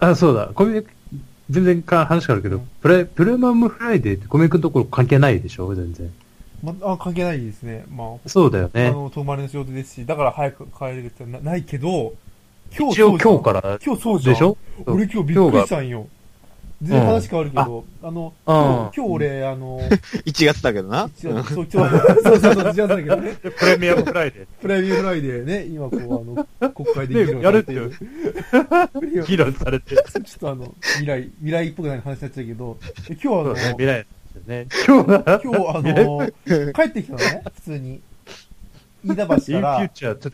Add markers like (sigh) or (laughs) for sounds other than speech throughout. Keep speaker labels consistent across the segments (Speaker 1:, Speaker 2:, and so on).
Speaker 1: あ、そうだ。小宮、全然か話変わるけど、プレ、プレマムフライデーって小宮君のところ関係ないでしょ全然。
Speaker 2: まあ、関係ないですね。まあ、
Speaker 1: そうだよ
Speaker 2: あ
Speaker 1: ね。
Speaker 2: の、遠回りの仕事ですし、だから早く帰れるってなないけど、今日
Speaker 1: 一応
Speaker 2: そうじゃん
Speaker 1: 今日から
Speaker 2: 今日そうじゃん。
Speaker 1: でしょ
Speaker 2: 俺今日びっくりしたんよ。全然
Speaker 1: うん
Speaker 2: 話変わるけど、あの、
Speaker 1: うん
Speaker 2: 今日今日俺、あの、
Speaker 3: 1月だけ
Speaker 1: (laughs)
Speaker 3: どな。
Speaker 2: 一応、そう、今日、そうそうそう、違うんだけどね。
Speaker 1: プレミアムフライデ
Speaker 2: プレミアムフライデーね、今こう、あの、国会で議論
Speaker 1: ねやる
Speaker 2: され
Speaker 1: ってて
Speaker 2: い
Speaker 1: よ
Speaker 2: る。 (laughs) プ
Speaker 1: (laughs)
Speaker 2: レミアムちょ
Speaker 1: 論されてる。
Speaker 2: っとあの、未来、未来っぽくない話になっちゃうけど、今日あの、
Speaker 1: 来ですね。今日は、
Speaker 2: 今日あの、帰ってきたのね、普通に。飯田橋から、
Speaker 1: チャー、ちょっと、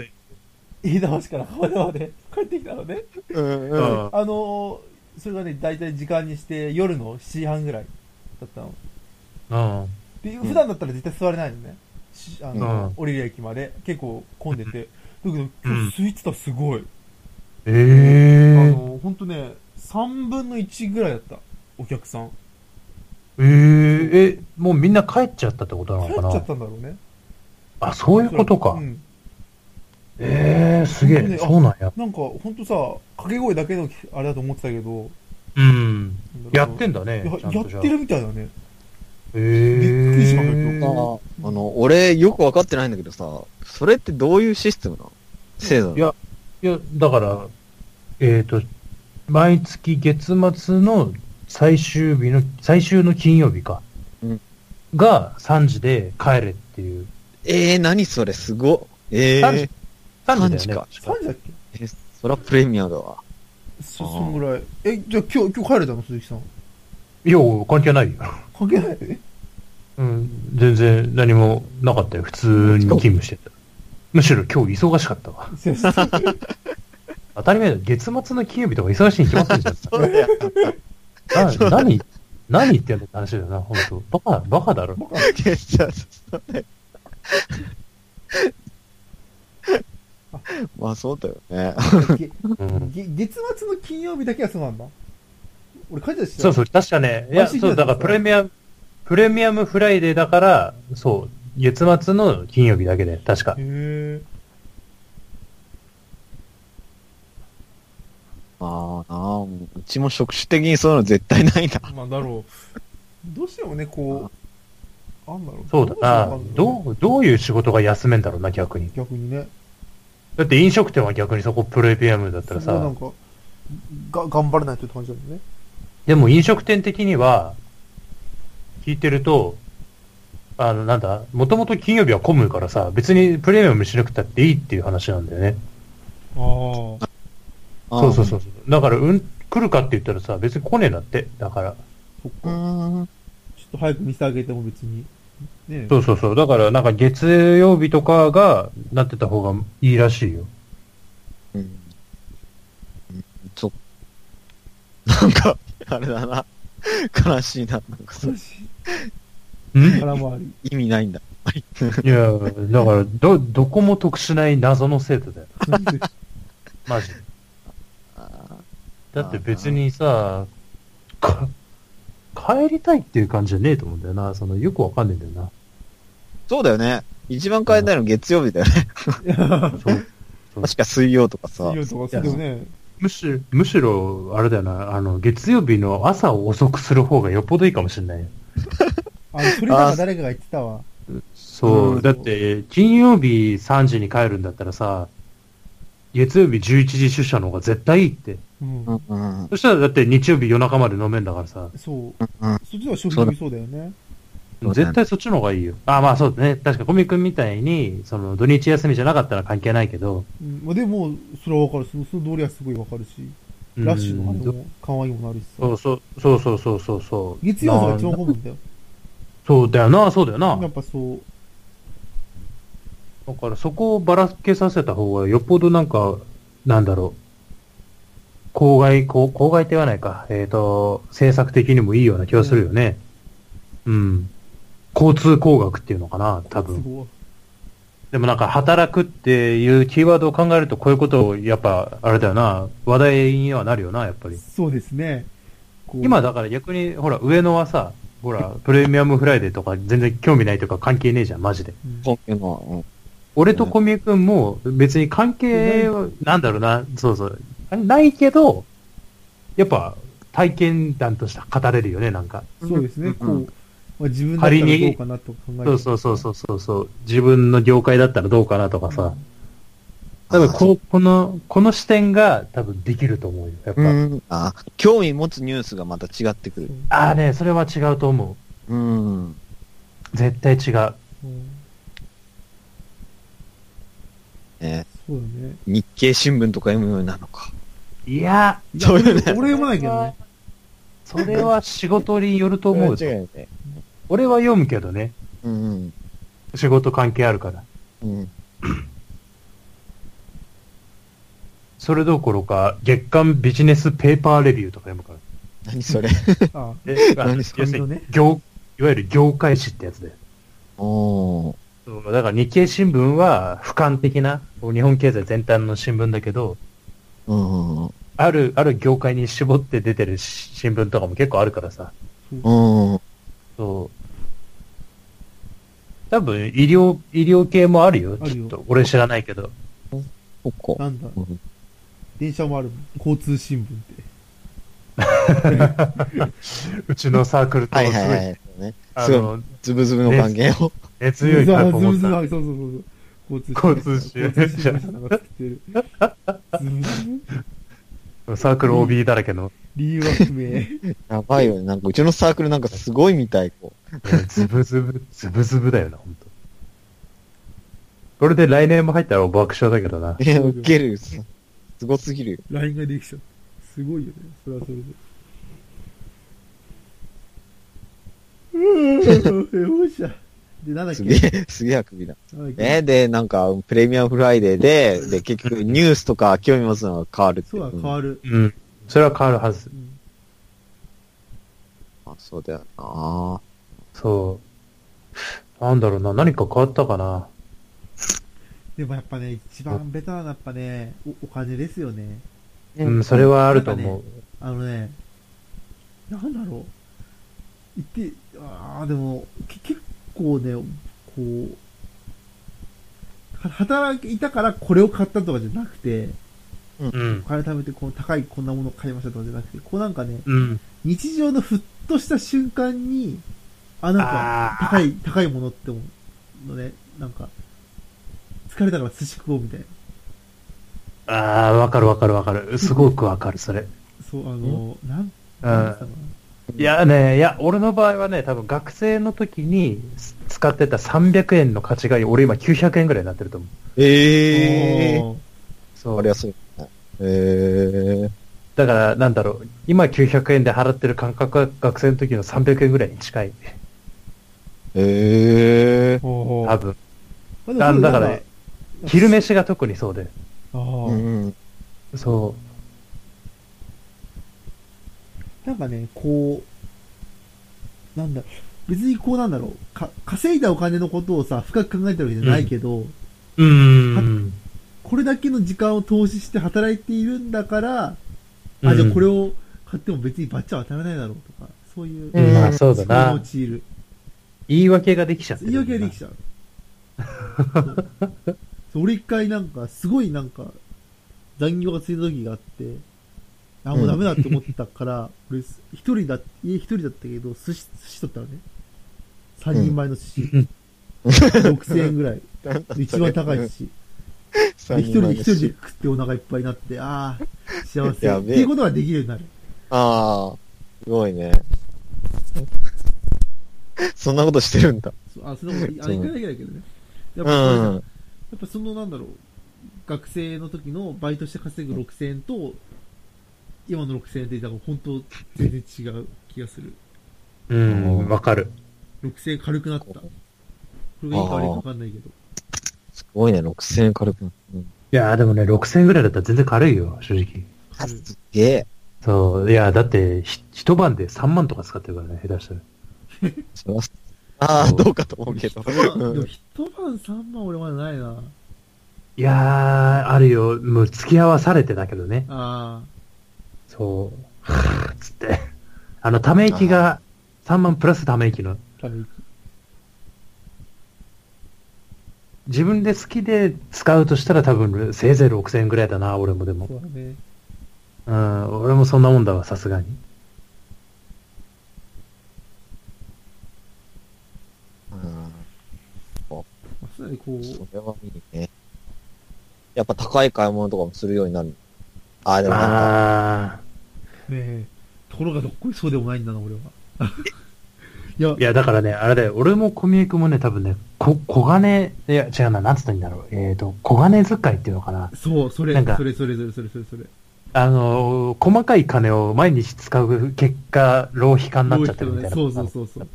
Speaker 2: 飯田橋から川田まで (laughs) 帰ってきたのね。
Speaker 3: うん
Speaker 1: う
Speaker 3: うん。
Speaker 1: ん。
Speaker 2: あのーそれがね、大体時間にして夜の7時半ぐらいだった
Speaker 1: う
Speaker 2: の。
Speaker 1: ん。
Speaker 2: で、普段だったら絶対座れないのね。しあの
Speaker 1: うん
Speaker 2: 降りる駅まで結構混んでて。だけど、
Speaker 1: う
Speaker 2: 今
Speaker 1: ん
Speaker 2: 日空いてたすごい。
Speaker 1: え
Speaker 2: あ
Speaker 1: えー。
Speaker 2: のー、ほんとね、3分の1ぐらいだった。お客さん。
Speaker 1: えー、え、もうみんな帰っちゃったってことな
Speaker 2: 帰
Speaker 1: の
Speaker 2: っち
Speaker 1: か
Speaker 2: ゃ
Speaker 1: な
Speaker 2: ったんだろうね。
Speaker 1: あ、そういうことか。
Speaker 2: うん。
Speaker 1: ええー、すげ
Speaker 2: ね
Speaker 1: え、そうなんや。
Speaker 2: なんか、ほんとさ、掛け声だけのあれだと思ってたけど。
Speaker 1: うん。やって
Speaker 2: ん
Speaker 1: んだね。ちゃ
Speaker 2: や
Speaker 1: んとじゃ
Speaker 2: やっ
Speaker 1: あ
Speaker 2: てるみたいだね。
Speaker 1: えー、
Speaker 2: びっくりしましたよ
Speaker 3: あーあの、俺よくわかってないんだけどさ、それってどういうシステムなの制度なの
Speaker 1: いやいや、だから、えっ、と、毎月月末の最終日の、最終の金曜日か。
Speaker 3: うん
Speaker 1: が3時で帰れっていう。
Speaker 3: えー、何それすごっ。え
Speaker 1: 三
Speaker 3: ー
Speaker 1: 時、3時だよね
Speaker 3: 三。
Speaker 1: 確か
Speaker 2: 3時だっけ
Speaker 3: えーそらプレミアだ
Speaker 1: (laughs)
Speaker 3: わ。
Speaker 2: そ、
Speaker 3: あー
Speaker 2: そんぐらい。え、じゃあ今日、今日帰れたの鈴木さん。
Speaker 1: いや、関係ないよ。
Speaker 2: 関係ない
Speaker 1: うん、全然何もなかったよ。普通に勤務してた。むしろ今日忙しかったわ。
Speaker 2: 先生
Speaker 1: 当たり前だよ。月末の金曜日とか忙しいに決まってんじゃん。
Speaker 3: (laughs) そうだよ。
Speaker 1: な何、何言ってんのって話だよな、本当バカ、バカだろ。
Speaker 3: いやじゃあそうだよまあそうだよね。
Speaker 2: (laughs) げ
Speaker 1: うん、
Speaker 2: げ月末の金曜日だけはそうなんだ。俺、家事だし
Speaker 1: そうそう、確かね、い
Speaker 2: 毎
Speaker 1: や、
Speaker 2: 週金
Speaker 1: そう、だからプレミアム、プレミアムフライデーだから、そう、月末の金曜日だけで、確か
Speaker 2: へ。え。
Speaker 3: まあなあ、うちも職種的にそういうの絶対ないな。。
Speaker 2: まあ、だろう。どうしてもね、こう、あんだろう。
Speaker 1: そうだな。ど
Speaker 2: う
Speaker 1: う、どういう仕事が休めんだろうな、逆に。
Speaker 2: してもわかんない逆にね。
Speaker 1: だって飲食店は逆にそこプレミアムだったら
Speaker 2: すごいな
Speaker 1: さ
Speaker 2: ん、か、が、頑張らないとって感じだもんね。
Speaker 1: でも飲食店的には、聞いてると、あの、なんだ、もともと金曜日は混むからさ、別にプレミアムしなくたっていいっていう話なんだよね。
Speaker 2: ああ。
Speaker 1: そうそうそうう。だから、うん、来るかって言ったらさ、別に来ねえなって。だから。
Speaker 2: そっ
Speaker 3: う
Speaker 2: か。
Speaker 3: ーん。
Speaker 2: ちょっと早く見せてあげても別に。ねえ
Speaker 1: そうそうそう。だから、なんか月曜日とかが、なってた方がいいらしいよ。
Speaker 3: うん。うんそなんか、 (laughs) あれだな。悲しいな。なんかそう
Speaker 2: 悲しい
Speaker 1: んい
Speaker 2: 空回
Speaker 3: (laughs)
Speaker 2: り。
Speaker 3: 意味ないんだ。
Speaker 1: や、だから、ど、どこも得しない謎の生徒だよ。マジで。
Speaker 3: あ
Speaker 1: だって別にさ、か、帰りたいっていう感じじゃねえと思うんだよな。その、よくわかんねえんだよ
Speaker 3: そうだよね。一番変えたいの月曜日だよね。
Speaker 1: (laughs) な。そう
Speaker 3: 確か水曜とか
Speaker 2: (laughs)
Speaker 3: さ。
Speaker 2: いいとかするよね。
Speaker 1: むしろ、むしろ、あれだよな、あの、月曜日の朝を遅くする方がよっぽどいいかもしれないよ。
Speaker 2: あの、それなんか誰かが言ってたわ。
Speaker 1: そう、
Speaker 2: うん
Speaker 1: だって、金曜日3時に帰るんだったらさ、月曜日11時出社の方が絶対いいって。
Speaker 2: うん
Speaker 3: う。んうんうん
Speaker 1: そしたらだって日曜日夜中まで飲めんだからさ、
Speaker 2: そう。
Speaker 3: うん。
Speaker 2: そっちの方が消費そうだよね。
Speaker 3: そうだね
Speaker 1: 絶対そっちの方がいいよ。あ、まあそうだね。確かコミ君みたいに、その土日休みじゃなかったら関係ないけど、
Speaker 2: うんまあ、でも、それはわかる。そのその通りはすごいわかるし、
Speaker 1: うん
Speaker 2: ラッシュのあれも緩和にもなるしさ
Speaker 1: そ。うそう、そうそうそうそうそう。
Speaker 2: 月曜が一番
Speaker 1: な
Speaker 2: 混むんだよ。
Speaker 1: そうだよな、そうだよ
Speaker 2: や
Speaker 1: な
Speaker 2: っ。ぱそう、
Speaker 1: だからそこをばらけさせた方がよっぽどなんか、なんだろう。公害、公公害って言わないか。えっ、と、政策的にもいいような気がするよね。うん。交通工学っていうのかな、多
Speaker 2: す
Speaker 1: 分。
Speaker 2: ごい。
Speaker 1: でもなんか、働くっていうキーワードを考えると、こういうことを、やっぱ、あれだよな、話題にはなるよな、やっぱり。
Speaker 2: そうですね。こう
Speaker 1: 今、だから逆に、ほら、上野はさ、ほら、プレミアムフライデーとか全然興味ないというか関係ねえじゃん、マジで。
Speaker 2: うん
Speaker 3: 今週も、
Speaker 1: 俺と小宮君も別に関係は、なんだろうな、そうそう。あれないけど、やっぱ体験談として語れるよね、なんか。
Speaker 2: そうですね、
Speaker 3: うん
Speaker 2: こう、まあ、自分だったらどうかなと考えて。
Speaker 1: そうそうそうそうそうそう。自分の業界だったらどうかなとかさ。多分
Speaker 3: あそ
Speaker 1: こ、この、この視点が多分できると思うよ。やっぱ。
Speaker 3: うん。あ、興味持つニュースがまた違ってくる。
Speaker 1: ああね、それは違うと思
Speaker 3: うん。
Speaker 1: う。絶対違う。
Speaker 2: うん
Speaker 3: ね、
Speaker 2: そうだね。
Speaker 3: 日経新聞とか読むようになるのか。
Speaker 1: いや、
Speaker 2: いや
Speaker 3: そうよね
Speaker 2: 俺俺読まないけどね。
Speaker 1: それは仕事によると思う。
Speaker 3: 違うよね。
Speaker 1: 俺は読むけどね。
Speaker 3: うん。
Speaker 1: 仕事関係あるから。
Speaker 3: うん。
Speaker 1: それどころか、月刊ビジネスペーパーレビューとか読むから。
Speaker 3: 何それ。
Speaker 2: あ
Speaker 1: え、あ
Speaker 3: 何それ
Speaker 1: 要するに業、いわゆる業界誌ってやつで。
Speaker 3: おー。
Speaker 1: そうだから日経新聞は俯瞰的な、こう日本経済全体の新聞だけど、
Speaker 3: うん。う
Speaker 1: ある、ある業界に絞って出てるし新聞とかも結構あるからさ。
Speaker 3: ん。
Speaker 1: そう。多分、医療、医療系もあるよ。
Speaker 2: ある
Speaker 1: ち
Speaker 2: よ
Speaker 1: ょっと、俺知らないけど。
Speaker 3: そっか。
Speaker 2: なんだ、
Speaker 3: うん
Speaker 2: 電車もあるもん交通新聞って。
Speaker 1: うちのサークルと
Speaker 3: は
Speaker 1: す
Speaker 3: い
Speaker 1: ごい、
Speaker 3: はいはい。ね
Speaker 1: あ
Speaker 3: すごい
Speaker 1: の、
Speaker 3: ズブズブの関係を。
Speaker 1: 熱強い
Speaker 2: ズ
Speaker 1: かと
Speaker 2: ブ
Speaker 1: 思っ
Speaker 2: ズブ
Speaker 1: た。
Speaker 2: はいそうそうそうそう。交
Speaker 1: 交
Speaker 2: 通
Speaker 1: 通
Speaker 2: 新
Speaker 1: 新聞
Speaker 2: 聞。交通新聞社なんか作ってる。ズブズブ
Speaker 1: サークル OB だらけ
Speaker 2: (laughs)
Speaker 1: の、
Speaker 2: 理由は不明。 (laughs)
Speaker 3: やばいよね。なんかうちのサークルなんかすごいみたい、こう。
Speaker 1: いやズブズブ、ズブズブだよな、本当。これで来年も入ったら爆笑だけどな。
Speaker 3: いや、ウケる。すすごすぎるよ。
Speaker 2: LINE ができちゃった。すごいよね。それはそれで。うーん、よっしゃ。で、なんだっけ
Speaker 3: すげえ、すげえあくびだ。
Speaker 2: なんだっけ
Speaker 3: ね、で、なんか、プレミアムフライデーで、で、結局、ニュースとか興味持つのが変わるって
Speaker 2: そう
Speaker 3: い
Speaker 2: だ、変わる。
Speaker 1: うん。それは変わるはず
Speaker 2: う。ん
Speaker 3: あそうだよな
Speaker 1: そう。なんだろうな、何か変わったかな。
Speaker 2: でもやっぱね、一番ベタなのはやっぱね、おお金ですよね。
Speaker 1: うん、それはあると思う。
Speaker 2: あのね、なんだろう。言って、ああ、でも、け結構ね、こう、は働いたからこれを買ったとかじゃなくて、
Speaker 1: うん
Speaker 2: お。金貯めてこの高いこんなものを買いましたとかじゃなくて、こうなんかね、
Speaker 1: うん。
Speaker 2: 日常のふっとした瞬間に、あ、なんか、
Speaker 1: あー
Speaker 2: 高い、高いものって思うのね、なんか、疲れたから寿司食おうみたいな。
Speaker 1: ああ、わかるわかるわかる。すごくわかる、それ。
Speaker 2: そう、あの、なん、
Speaker 1: う
Speaker 2: なんつった
Speaker 1: ん。
Speaker 2: か
Speaker 1: いやね、いや、俺の場合はね、多分学生の時にす使ってた300円の価値が俺今900円ぐらいになってると思う。
Speaker 3: ええ
Speaker 2: な。おー
Speaker 1: そ
Speaker 3: ー。
Speaker 1: う。
Speaker 3: あれはそうだね。え
Speaker 1: だから、なんだろう。今900円で払ってる感覚は学生の時の300円ぐらいに近い。
Speaker 3: えー。え
Speaker 2: おー
Speaker 1: 多分。
Speaker 2: まあ
Speaker 1: だ
Speaker 2: でも
Speaker 1: だか
Speaker 2: な
Speaker 1: ら
Speaker 2: ん
Speaker 1: ね、昼。飯が特にそうで。
Speaker 2: あ
Speaker 3: ー。
Speaker 2: ー
Speaker 3: うん。
Speaker 1: そ
Speaker 2: なんかね、こう、なんだ、別にこうなんだろう、か、稼いだお金のことをさ、深く考えてるわけじゃないけど、
Speaker 1: う。うーん。
Speaker 2: これだけの時間を投資して働いているんだから、
Speaker 1: う
Speaker 2: あ、
Speaker 1: ん
Speaker 2: じゃあこれを買っても別にバッチャは当たらないだろうとか、そういう。
Speaker 1: うんまあそうだ
Speaker 2: に
Speaker 1: な。
Speaker 2: 陥る。
Speaker 1: 言い訳ができちゃってる
Speaker 2: 言い訳ができ
Speaker 1: (laughs)
Speaker 2: ちゃう。そう俺一回なんか、すごいなんか、残業がついた時があって、あ、もうダメだって思っ
Speaker 1: (laughs)
Speaker 2: たから、俺、一人だ、家一人だったけど、寿司、寿司取ったらね、三人前の寿司、6000円ぐらい。一番高い寿司。で、
Speaker 3: 三
Speaker 2: 一人で、
Speaker 3: 枚
Speaker 2: 一
Speaker 3: だ
Speaker 2: 人
Speaker 3: し
Speaker 2: で食ってお腹いっぱいになって、ああ、幸せ。
Speaker 3: や
Speaker 2: って
Speaker 3: べえ
Speaker 2: いうことができるようになる。
Speaker 3: ああ。すごいね。そんなことしてるんだ。
Speaker 2: そうあ、そんなこと、あ
Speaker 3: そう
Speaker 2: れ一回だけだけどね。やっぱそれ
Speaker 3: う
Speaker 2: じゃん、や
Speaker 3: ん。
Speaker 2: っぱそのなんだろう、学生の時のバイトして稼ぐ6000円と、今の6000円で、だから本当、全然違う気がする。
Speaker 1: うん、わかる。
Speaker 2: 6000円軽くなった。これがいいか悪いかわかんないけど。
Speaker 3: すごいね、6000円軽くなった。うん
Speaker 1: いや、でもね、6000円ぐらいだったら全然軽いよ、正直。
Speaker 3: あ
Speaker 2: うん
Speaker 3: すっげえ。
Speaker 1: そう、いや、だって、ひ一晩で3万とか使ってるからね、下手したら。
Speaker 3: そらああ、どうかと思うけど。
Speaker 2: まあでも一晩3万俺まだないな。
Speaker 1: いやー、あるよ。もう付き合わされてだけどね。
Speaker 2: あ
Speaker 1: そう。 (laughs) はぁつって。あの、ため息が、3万プラスため息の。
Speaker 2: あ、多分
Speaker 1: 自分で好きで使うとしたら多分、せいぜい6000円ぐらいだな、俺もでも
Speaker 2: そ。うだね。
Speaker 1: うん、俺もそんなもんだわ、さすがに。
Speaker 3: うん。
Speaker 2: まあすでにこう、
Speaker 3: それはいいね。やっぱ高い買い物とかもするようになる。ああ、でもなんか、
Speaker 1: あ
Speaker 2: ねえ、ところがどっこいそうでもないんだな、俺は。 (laughs) いや
Speaker 1: あ。い、や、だからね、あれだよ、俺も小宮君もね、多分ね、こ、小金、いや、違うな、なんつったらいいんだろう。えっ、と、小金遣いっていうのかな。
Speaker 2: そう、それ
Speaker 1: なん、か
Speaker 2: それ、それ、それ、それ、それ、それ。
Speaker 1: あのー細かい金を毎日使う結果、浪費家になっちゃってるみたいな。
Speaker 2: そうそうそうそう。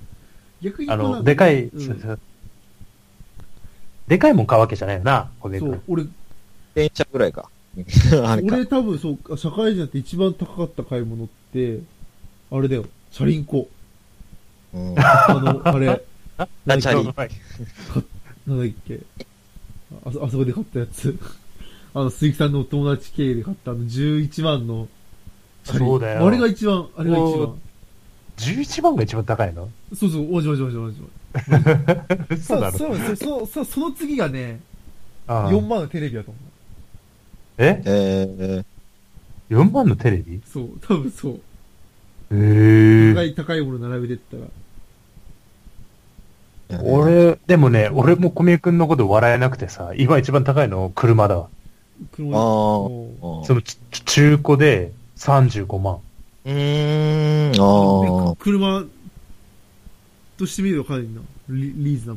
Speaker 2: 逆に
Speaker 1: あ
Speaker 2: こうな
Speaker 1: の、
Speaker 2: んか
Speaker 1: でかい、
Speaker 2: うん
Speaker 1: そうそうでかいもん買うわけじゃないよな、小宮
Speaker 2: そう
Speaker 1: 君。、
Speaker 2: 俺、
Speaker 3: 電車ぐらいか。あれか。
Speaker 2: 俺多分そう、社会人になって一番高かった買い物って、あれだよ、チャリ
Speaker 1: (laughs)
Speaker 2: ンコ。
Speaker 3: うん。
Speaker 2: あの、あれ、
Speaker 3: 何チャリ
Speaker 2: なんだっけ。あ、あそあそこで買ったやつ。 (laughs) あの、鈴木さんのお友達経由で買ったあの11万のチャリンコ。
Speaker 1: そうだよ
Speaker 2: あれが一番、あれが一
Speaker 1: お
Speaker 2: 番
Speaker 1: ー。11万が一番高い
Speaker 2: (laughs)
Speaker 1: の
Speaker 2: そうそう、おじおじおじおじおじ。
Speaker 1: 嘘だろ
Speaker 2: そう、そう、そう、そう、その次がね、
Speaker 1: ああ
Speaker 2: 4万のテレビだと思う。
Speaker 1: え
Speaker 3: えー、
Speaker 1: ?4 万のテレビ
Speaker 2: そう、多分そう。
Speaker 1: ええ
Speaker 2: 高い、高いもの並べてったら。
Speaker 3: えー、
Speaker 1: 俺、でもね、俺も小宮君のこと笑えなくてさ、今一番高いの車だわ。
Speaker 2: 車
Speaker 3: ああ
Speaker 2: もう
Speaker 3: うん
Speaker 1: そのち中古で35万。
Speaker 3: うーん、
Speaker 2: で
Speaker 3: ああ
Speaker 2: く。車としてみるとかなりな、リリーズナ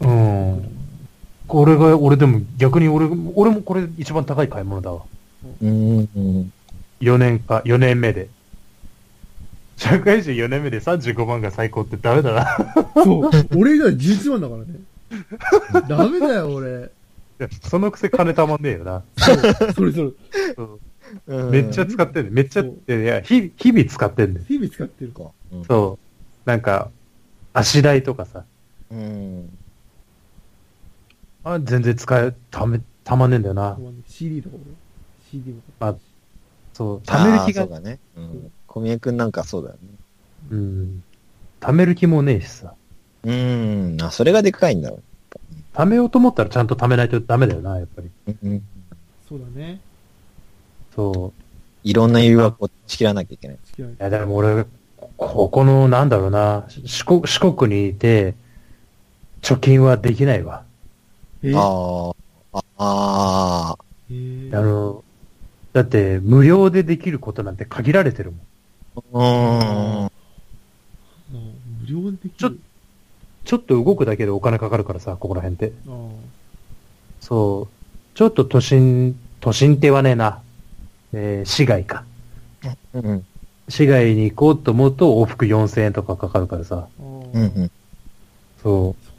Speaker 2: ブ
Speaker 1: うん。これが、俺でも逆に俺、俺もこれ一番高い買い物だわ。
Speaker 3: うーん。
Speaker 1: 4年か、4年目で。社会人4年目で35万が最高ってダメだな。 (laughs)
Speaker 2: ルな。そう、 (laughs) 俺が11万だからね。 (laughs) ダメだよ、俺。
Speaker 1: そのくせ金たまんねえよな。
Speaker 2: そう、それそれ。
Speaker 3: うん
Speaker 1: めっちゃ使ってんねめっちゃって、いや、日日々使ってんね
Speaker 2: 日々使ってる。
Speaker 3: か。うん
Speaker 1: そう。なんか、足代とかさ。
Speaker 3: うん。
Speaker 1: あ全然使え、ため、たまんねえんだよな。
Speaker 2: CD とかも CD も。
Speaker 1: まあそう、貯める気
Speaker 3: あーそ
Speaker 1: が
Speaker 3: う、だね。うん。小宮くんなんかそうだよね。
Speaker 1: うん、貯める気もねえしさ。
Speaker 3: うーん。あ、それがでかいんだろ
Speaker 1: 貯めようと思ったらちゃんと貯めないとダメだよな、やっぱり。
Speaker 3: う。うん。
Speaker 2: そうだね。
Speaker 1: そ
Speaker 3: いろんな誘惑を仕切らなきゃいけない。
Speaker 2: 好きな
Speaker 1: う。いや、でも俺、ここの、なんだろうな、四国、四国にいて、貯金はできないわ。
Speaker 2: え
Speaker 3: ああ。ああ。
Speaker 2: え
Speaker 1: あ
Speaker 2: ー
Speaker 1: の、だって、無料でできることなんて限られてるもん。
Speaker 3: うーん。
Speaker 2: あー無料ででき
Speaker 1: ちょ
Speaker 2: る。
Speaker 1: ちょっと動くだけでお金かかるからさ、ここら辺って。
Speaker 2: あー
Speaker 1: そう。ちょっと都心、都心って言わねえな。えー、市外か。
Speaker 3: うん。
Speaker 1: 市外に行こうと思うと往復4000円とかかかるからさ。
Speaker 2: あ
Speaker 3: う
Speaker 2: ー。
Speaker 3: ん。
Speaker 1: そ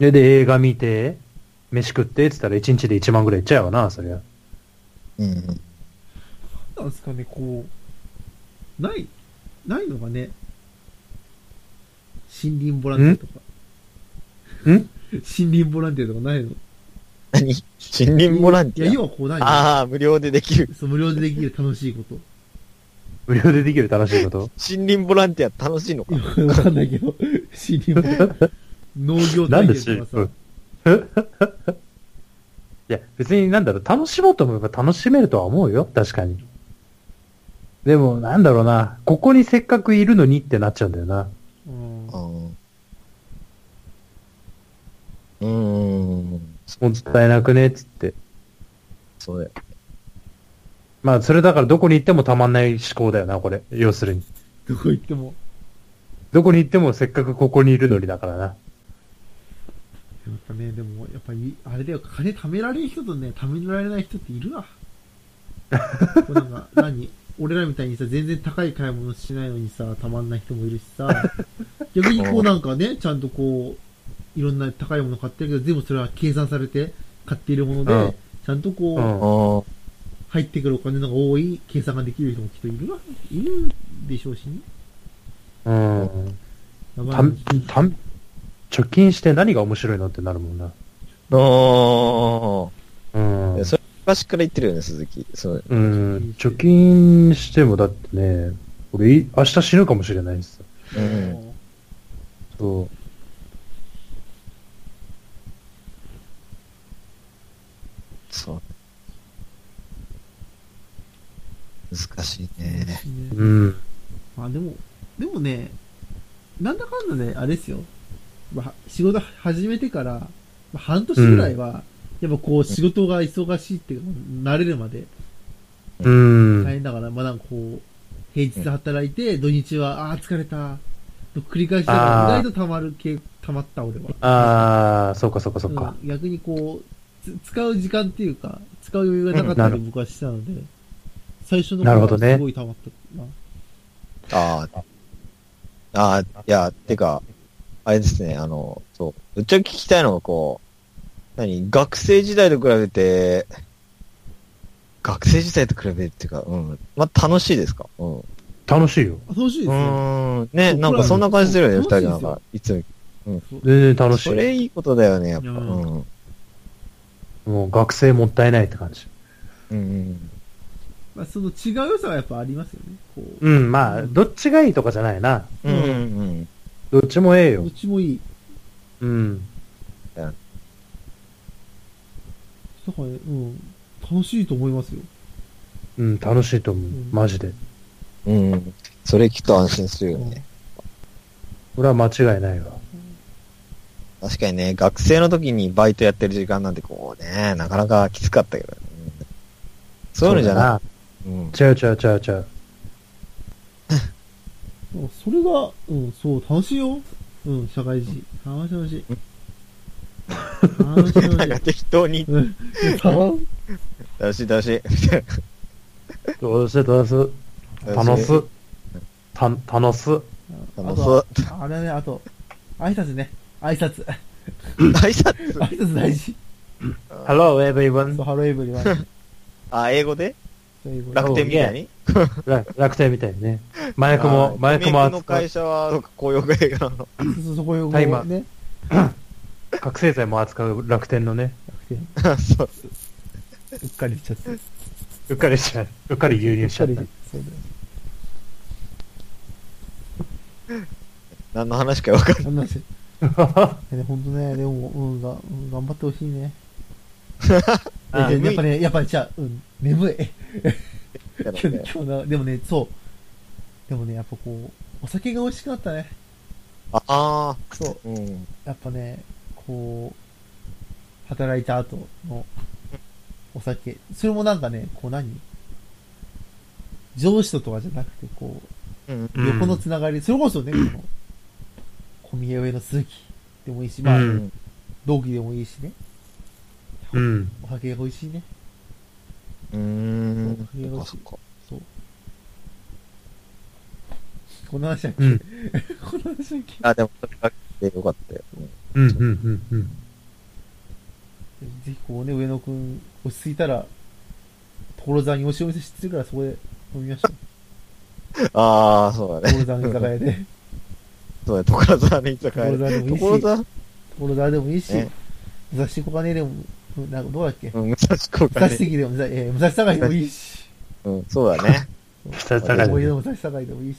Speaker 1: う。で、で、映画見て、飯食ってって言ったら1日で1万ぐらいいっちゃうわな、そりゃ。
Speaker 3: うん。
Speaker 2: なんですかね、こう、ない、ないのがね、森林ボランティアとか。 (laughs)
Speaker 1: んん
Speaker 2: 森林ボランティアとかないの
Speaker 3: 何森林ボラン
Speaker 2: い
Speaker 3: テ
Speaker 2: や、
Speaker 3: ィ
Speaker 2: 要はこうない
Speaker 3: ア。
Speaker 2: の
Speaker 3: ああ、無料でできる。
Speaker 2: そう無料でできる楽しいこと。
Speaker 1: 無料でできる楽しいこと。
Speaker 3: 森林ボランティア楽しいのか
Speaker 2: い。やわかんないけど、森林ボランティア。
Speaker 3: (laughs)
Speaker 2: 農業
Speaker 1: なん
Speaker 2: 体
Speaker 1: で
Speaker 2: 験
Speaker 1: し
Speaker 2: とかさ。
Speaker 1: (laughs) いや、別になんだろう、楽しもうと思えば楽しめるとは思うよ、確かに。でも、なんだろうな、ここにせっかくいるのにってなっちゃうんだよな。
Speaker 2: うん
Speaker 3: うん。うーん。
Speaker 1: もったいなくね、っつって。
Speaker 3: そうだよ。
Speaker 1: まあ、それだからどこに行ってもたまんない思考だよな、これ。要するに。
Speaker 2: どこ行っても。
Speaker 1: どこに行ってもせっかくここにいるのにだからな。
Speaker 2: やっぱね、でも、やっぱり、あれだよ、金貯められる人とね、貯められない人っているわ。こうなんか、何俺らみたいにさ、全然高い買い物しないのにさ、たまんない人もいるしさ、逆にこうなんかね、ちゃんとこう、いろんな高いもの買ってるけど、全部それは計算されて買っているもので、
Speaker 1: うん
Speaker 2: ちゃんとこう、
Speaker 1: うん
Speaker 3: あ
Speaker 2: 入ってくるお金の方が多い計算ができる人もきっといるわ、いるでしょうしね。
Speaker 1: うん。
Speaker 2: やばい
Speaker 1: たん、たん、貯金して何が面白いのってなるもんな。
Speaker 3: あ。ああ。
Speaker 1: うん。
Speaker 3: それ昔から言ってるよね、鈴木。そう。
Speaker 1: うん。貯金してもだってね、俺い、明日死ぬかもしれないです。
Speaker 3: うん。
Speaker 1: そう。
Speaker 3: そう。難しいね。
Speaker 2: ね
Speaker 1: うん。
Speaker 2: まあでも、でもね、なんだかんだね、あれですよ。まあ、仕事始めてから、まあ、半年ぐらいは、やっぱこう仕事が忙しいっていうか、慣れるまで
Speaker 1: う
Speaker 2: 大
Speaker 1: ん。
Speaker 2: 変だから、まあなんかこう、平日働いて、土日は、ああー、疲れた。と繰り返したから、
Speaker 1: あー
Speaker 2: 意外と溜まる系、溜まった俺は。
Speaker 1: ああ、そうかそうかそうか。
Speaker 2: うん逆にこうつ、使う時間っていうか、使う余裕がなかった
Speaker 1: うんな
Speaker 2: り
Speaker 1: る
Speaker 2: 僕はしてたので、最初の
Speaker 1: なるほ
Speaker 2: 頃
Speaker 1: ど
Speaker 2: は
Speaker 1: ね
Speaker 2: すごい溜まったな。
Speaker 3: ああ。ああ、いや、てか、あれですね、あの、そう。うっちゃ聞きたいのがこう、何学生時代と比べて、学生時代と比べてっていうか、うん。まあ、楽しいですかうん。う
Speaker 1: 楽しいよ。
Speaker 2: あ楽しいです
Speaker 3: ー
Speaker 2: ね。
Speaker 3: ん。ね、なんかそんな感じするよね、二
Speaker 2: 僕ら
Speaker 3: 人
Speaker 2: も
Speaker 3: なんか、いつも。
Speaker 1: 全然楽し
Speaker 3: それいいことだよね、やっぱ。
Speaker 2: う
Speaker 3: うんん。うん
Speaker 1: い。もう学生もったいないって感じ。
Speaker 3: うん。
Speaker 2: まあ、その違う良さはやっぱありますよね。こう、
Speaker 1: うん、まあ、どっちがいいとかじゃないな。
Speaker 3: うんうんうん。
Speaker 1: どっちもええ
Speaker 2: ど
Speaker 1: よ
Speaker 2: っ。ちもいい。
Speaker 1: うん。
Speaker 2: だからね、うん、楽しいと思いますよ。
Speaker 1: うん、楽しいと思う。マジで。
Speaker 3: うんうん。それきっと安心するよ
Speaker 2: うん
Speaker 3: ね。
Speaker 1: これは間違いないわ。
Speaker 3: 確かにね、学生の時にバイトやってる時間なんてこうね、なかなかきつかったけど、うんそういうのじゃな
Speaker 1: な。
Speaker 3: い。うん。
Speaker 1: ちゃうちゃうちゃうちゃう。
Speaker 2: だからそれが、うん、そう、楽しいよ。うん、社会人。楽しい楽しい。楽しい
Speaker 3: (laughs) なん
Speaker 2: 楽
Speaker 3: か
Speaker 2: しい。
Speaker 3: 適当に、
Speaker 2: うん、楽しい
Speaker 3: 楽しい楽しい。
Speaker 1: どうせどうせ、楽す。た、楽す。
Speaker 2: あ
Speaker 3: 楽し
Speaker 2: と
Speaker 3: そう
Speaker 2: は、。あれだね、あと、挨拶ね。挨拶。
Speaker 3: 挨拶
Speaker 2: 挨拶大事。
Speaker 1: Hello
Speaker 2: そう
Speaker 1: everyone.
Speaker 2: ハローエブリワン。
Speaker 3: あ、英語で
Speaker 2: 最後
Speaker 3: 楽天みたいに
Speaker 1: ら楽天みたいにね。マイクも、マイクも
Speaker 3: あーの
Speaker 1: 扱う
Speaker 3: 会。社は、公用が映画なの。
Speaker 2: そうそうこういう
Speaker 1: タイマー
Speaker 2: ね。
Speaker 1: 覚醒剤も扱う楽天のね。
Speaker 2: 楽天
Speaker 3: (laughs) そう。
Speaker 2: うっかりしちゃって。うっ
Speaker 1: うっかりしちゃう。うっかり牛乳しち
Speaker 2: か
Speaker 1: ゃっ
Speaker 2: り
Speaker 1: た。
Speaker 2: そう
Speaker 3: 何の話かわか
Speaker 2: だ
Speaker 3: る。
Speaker 2: よ。なんせ、ね、ほんとね、でも、うん、がうん頑張ってほしいね。
Speaker 1: あ
Speaker 2: で
Speaker 3: 眠
Speaker 2: や
Speaker 3: い
Speaker 2: っぱね、やっぱりじゃあ、うん、眠い。
Speaker 3: だ
Speaker 2: 今日 (laughs)
Speaker 3: って
Speaker 2: ね今日な、でもね、そう。でもね、やっぱこう、お酒が美味しくなったね。
Speaker 3: ああ
Speaker 2: そう。
Speaker 3: ー、うん。
Speaker 2: やっぱね、こう、働いた後のお酒。それもなんかね、こう何上司ととかじゃなくて、こ
Speaker 3: うん。
Speaker 2: う、
Speaker 1: うん
Speaker 2: 横のつながり、それこそね、この、小宮上の鈴木でもいいし、まあ、
Speaker 1: う
Speaker 3: うんん。
Speaker 2: 同期でもいいしね。
Speaker 1: うん。
Speaker 2: お酒が美味しいね。
Speaker 3: うーん。
Speaker 2: そう
Speaker 3: そっかそっか。
Speaker 2: そう。この話だっけ、
Speaker 1: うん
Speaker 2: この話だっけ
Speaker 3: あ、でも、それが来てよかったよ。うん
Speaker 1: うん。うん。うん。うん。
Speaker 2: ぜひこうね、上野くん、落ち着いたら、所沢におしお店知ってるから、そこで飲みましょ
Speaker 3: (laughs)
Speaker 2: う。
Speaker 3: ああ、そうだね。
Speaker 2: 所沢の居酒屋で。
Speaker 3: そうだ、所沢の居酒
Speaker 2: 所
Speaker 3: 屋。
Speaker 2: 沢でもいい
Speaker 3: 所
Speaker 2: し、
Speaker 3: 沢
Speaker 2: 所沢でもいいし
Speaker 3: ね、
Speaker 2: 武蔵小金井でも、うんなんかどうだっけ
Speaker 3: うん、武蔵小
Speaker 2: 武蔵
Speaker 3: 金井。
Speaker 2: 関でも、武蔵えー武蔵境でもいいし、
Speaker 3: うん、そう
Speaker 1: (laughs)
Speaker 3: だね。
Speaker 1: 二つ
Speaker 3: はい
Speaker 1: 高
Speaker 2: 思い
Speaker 1: い
Speaker 2: 出。の武蔵境でもいいし、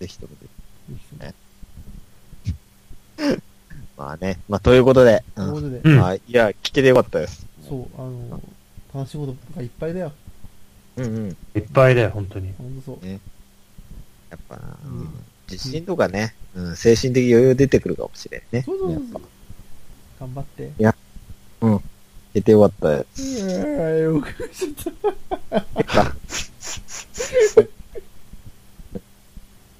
Speaker 3: ぜひともぜひ
Speaker 2: ぜひとも
Speaker 3: ねまあね。まあ、ということで。
Speaker 2: ということで、
Speaker 1: うん
Speaker 3: はい。いや、聞けてよかったです。
Speaker 2: そう、あの、楽しいことがいっぱいだよ。
Speaker 3: うんうん。や
Speaker 1: いっぱいだよ、本当に。
Speaker 2: ほんとそう。
Speaker 3: っぱな、
Speaker 2: うん
Speaker 3: うん自信とかね、うん、精神的余裕出てくるかもしれんね。
Speaker 2: そうそう
Speaker 3: や
Speaker 2: そ
Speaker 3: っ
Speaker 2: うそ
Speaker 3: ぱ
Speaker 2: う。頑張って。
Speaker 3: 聞けてよかった (laughs) です。
Speaker 2: いやー、よくしちゃっ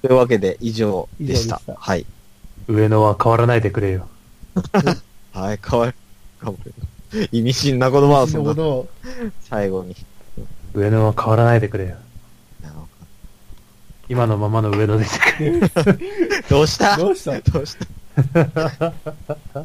Speaker 3: というわけで、以上でした。
Speaker 2: 以上でした
Speaker 3: はい。
Speaker 1: 上野は変わらないでくれよ。
Speaker 3: はい、変わる。変わる。意味深な言葉は
Speaker 2: た。死
Speaker 3: そ
Speaker 2: ぬ
Speaker 3: ん
Speaker 2: ほ
Speaker 3: な、
Speaker 2: ど、
Speaker 3: 最後に。
Speaker 1: 上野は変わらないでくれよ。
Speaker 3: なんか
Speaker 1: 今のままの上野でいてくれ。
Speaker 3: どうした
Speaker 2: どうした
Speaker 3: どうした